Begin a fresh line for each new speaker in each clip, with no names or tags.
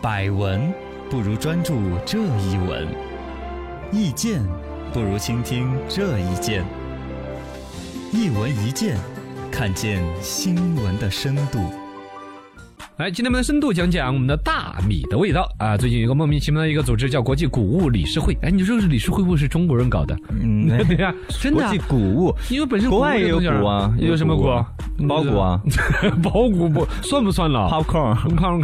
百闻不如专注这一闻，意见不如倾听这一见。一闻一见，看见新闻的深度。
来，今天我们的深度讲讲我们的大米的味道啊！最近有一个莫名其妙的一个组织叫国际谷物理事会，哎，你说是理事会不会是中国人搞 的？
嗯，
对呀、真的啊、
谷物
因为本身
国外也有
谷物这个东西
谷啊
儿
也有
有什么
谷
谷
啊？包谷啊
包谷不算不算了？
，popcorn，
胖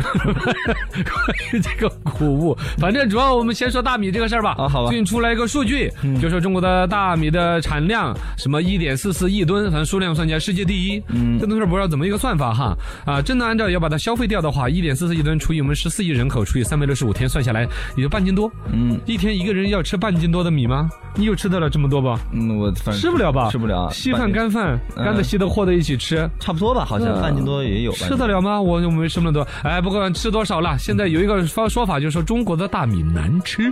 这个谷物，反正主要我们先说大米这个事儿吧。
啊好吧嗯
最近出来一个数据，就说中国的大米的产量什么一点四四亿吨，反正数量算起来世界第一。嗯，这东西儿不知道怎么一个算法哈。啊，真的按照要把它消费掉的话，一点四四亿吨除以我们十四亿人口除以三百六十五天，算下来也就半斤多。嗯，一天一个人要吃半斤多的米吗？你有吃得了这么多吧？
嗯，我反正
吃不了吧？
吃不了，啊
稀
半
饭
斤嗯
干饭，干的稀的和的一起吃。
差不多吧，好像
嗯
半斤多也有吧，
吃得了吗？我我没吃那么多，哎，不管吃多少
嗯
了。现在有一个说说法，就是说中国的大米难吃。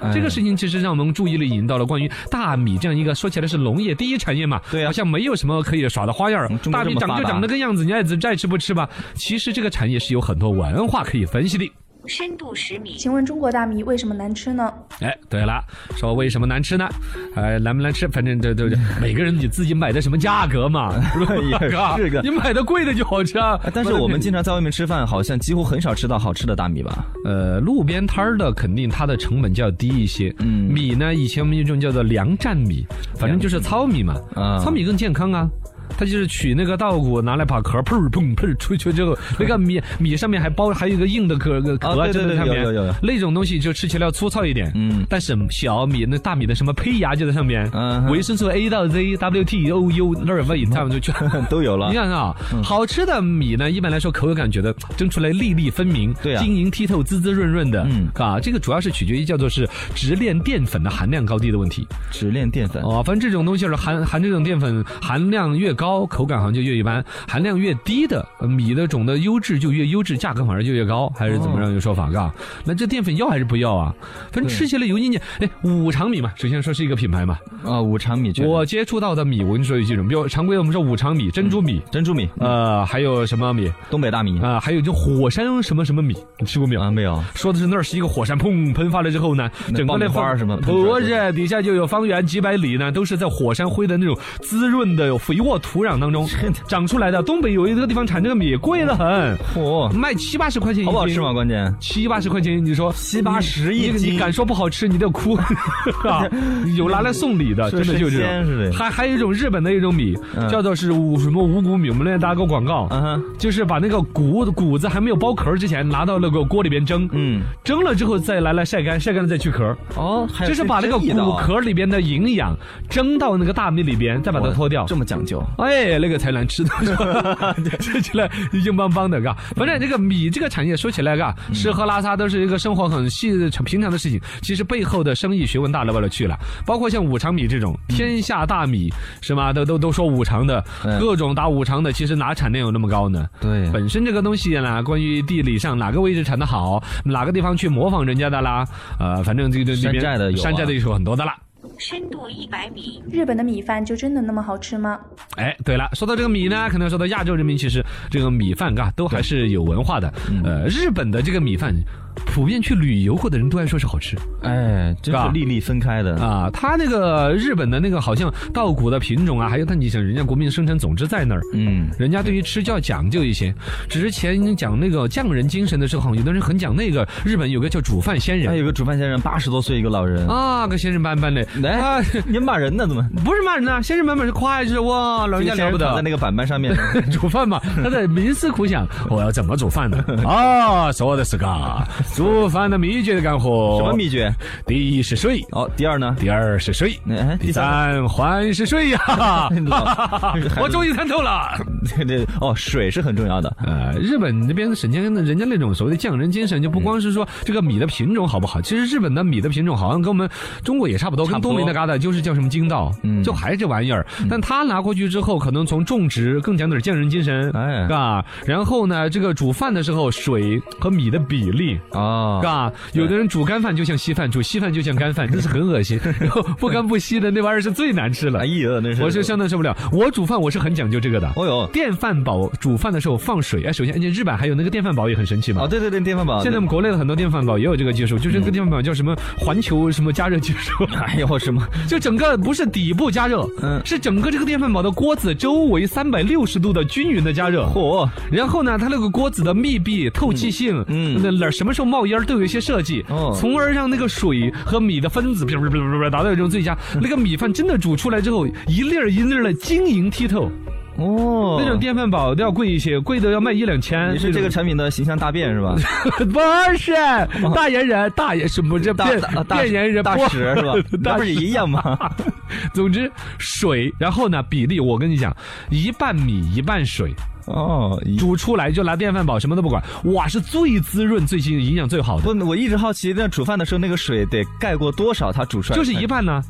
哎
这个事情其实让我们注意力引到了关于大米这样一个说起来是农业第一产业嘛，
对啊
好像没有什么可以耍的花样儿
嗯。中国
大米
这么
长
发
就
达
长那个样子，你爱吃爱吃不吃吧？其实这个产业是有很多文化可以分析的。
深度十米。
请问中国大米为什么难吃呢？
哎，对了，说为什么难吃呢？哎，难不难吃？反正这这这，每个人你自己买的什么价格 嘛，
也哎是个
你买的贵的就好吃啊
哎。但是我们经常在外面吃饭，好像几乎很少吃到好吃的大 米吧？
呃，路边摊儿的肯定它的成本就要低一些。
嗯
米呢，以前我们有一种叫做粮站米，反正就是糙米嘛。
啊
糙米更健康啊。它就是取那个稻谷，拿来把壳儿砰砰砰出去之后， 那个米米上面还包还有一个硬的壳壳壳
啊对对
就在
对
上面，
有有有有
那种东西就吃起来要粗糙一点。
嗯
但是小米那大米的什么胚芽就在上面，
嗯哼
维生素 A 到 Z、W T O U 那儿味，他们就全
都有了嗯
你看啊，好吃的米呢，一般来说口感觉得蒸出来粒粒分明，
对啊
晶莹剔透、滋滋润润的，
嗯
啊，这个主要是取决于叫做是直链淀粉的含量高低的问题。
只炼淀粉，
哦，反正这种东西是含含这种淀粉含量越高，口感好像就越一般；含量越低的呃米的种的优质就越优质，价格反而就越高，还是怎么样一个说法？嘎、
哦
那这淀粉要还是不要啊？反正吃起来油腻腻。哎，五常米嘛，首先说是一个品牌嘛，
啊，五常米卷，
我接触到的米，我跟你说有几种，比如常规我们说五常米、珍珠米。
珍珠米，
呃，还有什么米
东北大米
啊、还有就火山什么什么米，你吃过没有？
啊，没有，
说的是那儿是一个火山，砰喷发了之后呢，
那
整个那
爆米花
火
什么喷出来
不是底下就有方圆几百里呢，都是在火山灰的那种滋润的、有肥沃土壤当中 长出来的。东北有一个地方产这个米，贵得很，
嚯，
卖七八十块钱一斤，
好不好吃嘛？？关键
七八十块钱，你说
七八十
你
一
你
斤
你敢说不好吃，你得哭 啊！有拿来送礼的，
是
真的就这
神仙是
种。
不是
还还有一种日本的一种米，
嗯
叫做是五什么五谷米，我们那打过广告，
嗯哼
就是把那个谷谷子还没有剥壳儿之前，拿到那个锅里边蒸，
嗯，
蒸了之后再拿来晒干，晒干了再去壳儿。
哦，还有
就是把那个
这味道
谷
啊
壳里边的哦营养蒸到那个大米里边，再把它脱掉。
这么讲究，
哎，那个才难吃的， 吃起来硬邦邦的，嘎。反正这个米这个产业说起来，嘎，
嗯
吃喝拉撒都是一个生活很细很平常的事情，其实背后的生意学问大了不了去了。包括像五常米这种天下大米，是吗？都都都说五常的，
嗯
各种打五常的，其实哪产量有那么高呢？
对
本身这个东西呢，关于地理上哪个位置产的好，哪个地方去模仿人家的啦，呃，反正这个这边
山寨的有啊
山寨的有很多的啦。
深度一百米。
日本的米饭就真的那么好吃吗？
哎，对了，说到这个米
嗯
呢，可能要说到亚洲人民其实这个米饭嘎都还是有文化的。
嗯
呃，日本的这个米饭，普遍去旅游过的人都爱说是好吃
哎，
是
真
吧
是粒粒分开的，
啊。它那个日本的那个好像稻谷的品种啊，还有它你想人家国民生产总值在那儿，
嗯，
人家对于吃就要讲究一些。之前讲那个匠人精神的时候，有的人很讲那个日本有个叫煮饭仙
还
人
有个煮饭先生，八十多岁一个老人，
啊，个先生板板的，
来
啊，
您骂人呢？怎么？
不是骂人呐，先生板板是夸呀，就是哇， 老人家了不得
躺在。那个板板 上面，
煮饭嘛，他在冥思苦想，我要怎么煮 饭呢？啊，说的是嘎，煮饭的秘诀的干活。
什么？秘诀？
第一是水，
哦，第 二呢？
第二是水，
哎
第
第三
三还是水呀！ 我哦终于参透了。
对对哦，水是很重要的。
呃，日本那边的神仙，人家那种所谓的匠人精神，就不光是说这个米的品种好不好，其实日本的米的品种好像跟我们中国也差不多，
差
跟
不多
东北那旮瘩就是叫什么金稻，
嗯
就还是这玩意儿。但他拿过去之后，可能从种植更讲点匠人精神，
哎
啊，然后呢，这个煮饭的时候水和米的比例。
哦
是，吧？有的人煮干饭就像稀饭，煮稀饭就像干饭，真是很恶 心。然后不干不稀的那玩意儿是最难吃了
哎，呀，那是
我是
像，
相当受不了。我煮饭我是很讲究这个的。
哦哟，
电饭煲煮饭的时候放水，哎，首先，而且日本还有那个电饭煲也很神奇嘛。
哦，对对对，电饭煲，
嗯现在我们国内的很多电饭煲也有这个技术，就是那个电饭煲叫什么环球什么加热技术，
哎呦什么，
就整个不是底部加热，
嗯
是整个这个电饭煲的锅子周围三百六十度的均匀的加热。
嚯，
然后呢，它那个锅子的密闭、透气性，
嗯
嗯，那、哪什么时候冒烟儿都有一些设计，
哦
从而让那个水和米的分子， 啪啪啪啪啪达到一种最佳。那个米饭真的煮出来之后，一粒儿一粒儿的晶莹剔透，
哦，
那种电饭煲都要贵一些，贵的要卖一两千。
你是这个产品的形象大变 是吧？
不是大言人，大言什么这
大
变
大大
变言人
大
不？
使是吧 那
大
不是也一 样吗？
总之水，然后呢比例，我跟你讲，一半米一半水。
哦，一
煮出来就拿电饭煲，什么都不管，哇，是最滋润、最新、营养最好的。
不，我一直好奇，那煮饭的时候那个水得盖过多少？它煮出来
就是一半呢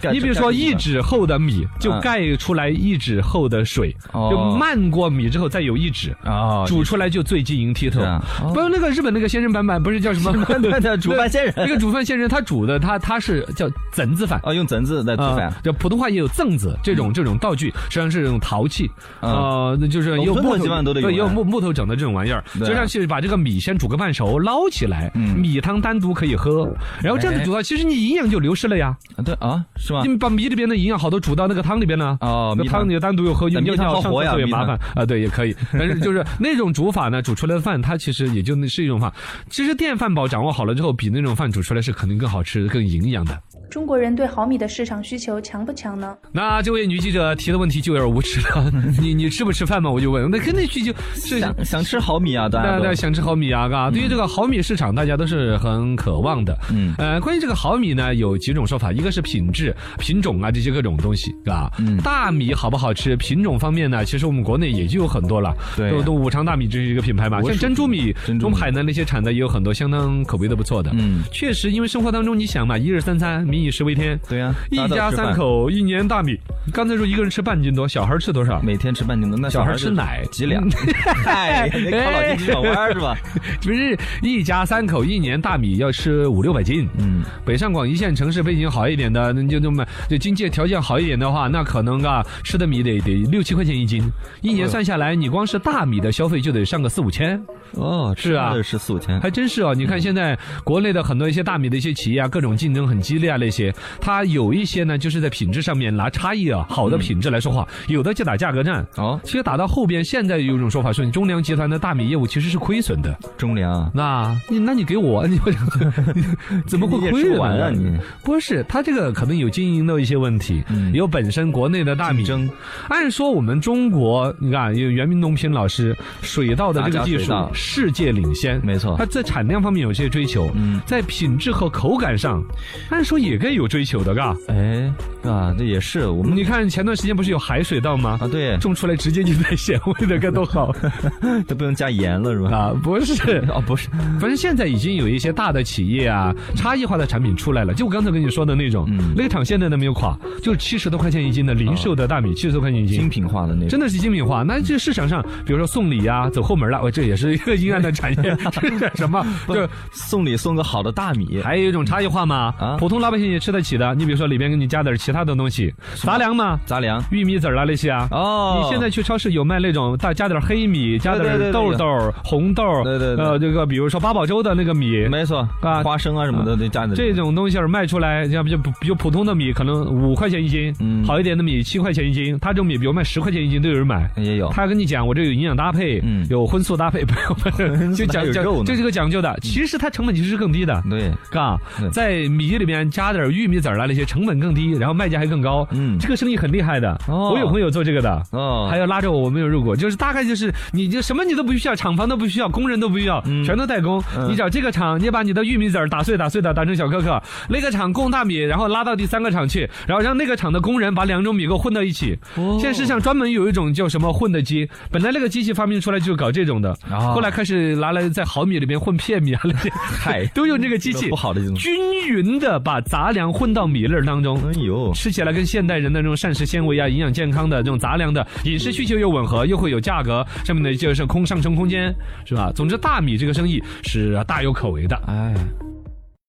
盖。
你比如说一指厚的米，就盖出来一指厚的水，
嗯哦
就漫过米之后再有一指。
啊
煮出来就最晶莹剔透
是啊。
不是那个日本那个先人版本，不是叫什么
那叫煮饭仙 人
那个煮饭先人他煮的他他是叫怎子饭。
哦，用绳子来煮
啊
饭，，
就普通话也有粽子这种这种道具，实际上是这种陶器，
嗯
呃，那就是
农
用
村
木
的基本
头，
上都得
对，
有
用
啊
木木头整的这种玩意儿，
对啊
就上去把这个米先煮个半熟，捞起来，
嗯哎
米汤单独可以喝，然后这样子煮到，其实你营养就流失了呀，
啊对啊，是吗
你？把米里边的营养好多煮到那个汤里边呢。
哦，
那
米
汤
汤
你就单独又喝，
但
尿
米汤
尿
好
上
活
厕
呀
所也
米
麻
汤
烦啊，对，也可以。 但是就是那种煮法呢，煮出来的饭它其实也就是一种饭。其实电饭煲掌握好了之后，比那种饭煮出来是肯定更好吃、更营养的。
中国人对好米的市场需求强不强呢？
那这位女记者提的问题就有点无耻 了。你你吃不吃饭嘛？我就问，那肯定去就是
想想吃好米啊，大
大
家
家
都
想吃好米啊，嘎，对于这个好米市场，大家都是很渴望的。
嗯
呃，关于这个好米呢，有几种说法，一个是品质、品种啊，这些各种东西，啊。
嗯
大米好不好吃，品种方面呢，其实我们国内也就有很多了。
对
都都五常大米这是一个品牌嘛，
我
像
是
珍珠米、
珍珠
中
米
海南那些产的也有很多，相当口碑都不错的。
嗯
确实，因为生活当中你想嘛，一日三餐，民以食为天。
对呀
一
大家都
家
吃
三
饭
口，一年大米。刚才说一个人吃半斤多，小孩吃多少？
每天吃半斤多，那
小孩哎
就
吃奶
几两？嗨，你靠老弟几转弯儿是吧？
不是一家三口一年大米要吃五六百斤。
嗯，
北上广一线城市背景好一点的，那就那么就经济条件好一点的话，那可能啊吃的米得得六七块钱一斤，一年算下来，你光是大米的消费就得上个四五千，
哦，
是啊
吃了是四五千，
还真是哦。你看现在国内的很多一些大米的一些企业啊，各种竞争很激烈啊，那些它有一些呢就是在品质上面拿差异啊，好的品质来说话，有的就打价格战。
哦，
其实打到后边，现在有一种说法说，你中粮集团的大米业务其实是亏损的。
中粮啊，
那你那你给我，你 怎么会亏
你也吃
损
不完啊你
不是，他这个可能有经营的一些问题，
嗯
有本身国内的大米。
竞争
按说我们中国，你看有袁明农平老师，水稻的这个技
打假水
术
稻
世界领先，
没错
他在产量方面有些追求，
嗯
在品质和口感上，按说也该有追求的，嘎。
哎啊，这也是我们
你看前段时间不是有海水稻吗？
啊，对，
种出来直接就带咸味的，该多 好
都不用加盐了是吧？
啊！不是，
哦，不是，
反正现在已经有一些大的企业啊，差异化的产品出来了，就我刚才跟你说的那种，
嗯
那厂现在都没有垮，就是七十多块钱一斤的零售的大米，七十多块钱一
精
斤。
品化的那种
真。的是精品化，那这市场上，比如说送礼啊，走后门了，我这也是一个阴暗的产业，这是什么？
不
就
送礼送个好的大米，
还有一种差异化嘛，
啊
普通老百姓也吃得起的，你比如说里边给你加点其他的东西，杂粮嘛，
杂粮
玉米籽儿啊那些啊。
哦。
你现在去超市有卖那种大加点黑米，加
对对
点
对
豆
有
豆、红豆，
对对对
呃，这个比如说八宝粥的那个米，
没错
啊
花生啊什么的得加点
这种东西儿卖出来，要不就普就普通的米可能五块钱一斤，
嗯
好一点的米七块钱一斤，他这种米比如卖十块钱一斤都有人买。
也有。
他跟你讲，我这有营养搭配，
哎嗯
有荤素搭配，不 要就
还
讲
有
讲
肉呢嗯
这是个讲究的。其实它成本其实是更低的，
对，
嘎
对，
在米里面加点玉米籽儿啊那些，成本更低，然后卖价还更高。
嗯
这个生意很厉害的，
哦
我有朋友做这个的。
哦，
还
有
有拉着我，我没有入股，就是大概就是你就什么你都不需要，厂房都不需要，工人都不需要，
嗯
全都代工。
嗯
你找这个厂，你把你的玉米籽儿打碎打碎的打成小颗颗，那个厂供大米，然后拉到第三个厂去，然后让那个厂的工人把两种米给我混到一
哦
起。现在市场专门有一种叫什么混的机，本来那个机器发明出来就是搞这种的，
哦
后来开始拿来在毫米里边混片米啊那些，
嗨
都用这个机器，
不好的这种
均匀的把杂粮混到米粒儿当中。
哎 呦，
吃起来跟现代人的那种膳食纤维啊、营养健康的这种杂粮的饮食需求又吻合，又会有价格，上面呢就是空上升空间，是吧？总之，大米这个生意是大有可为的。
哎，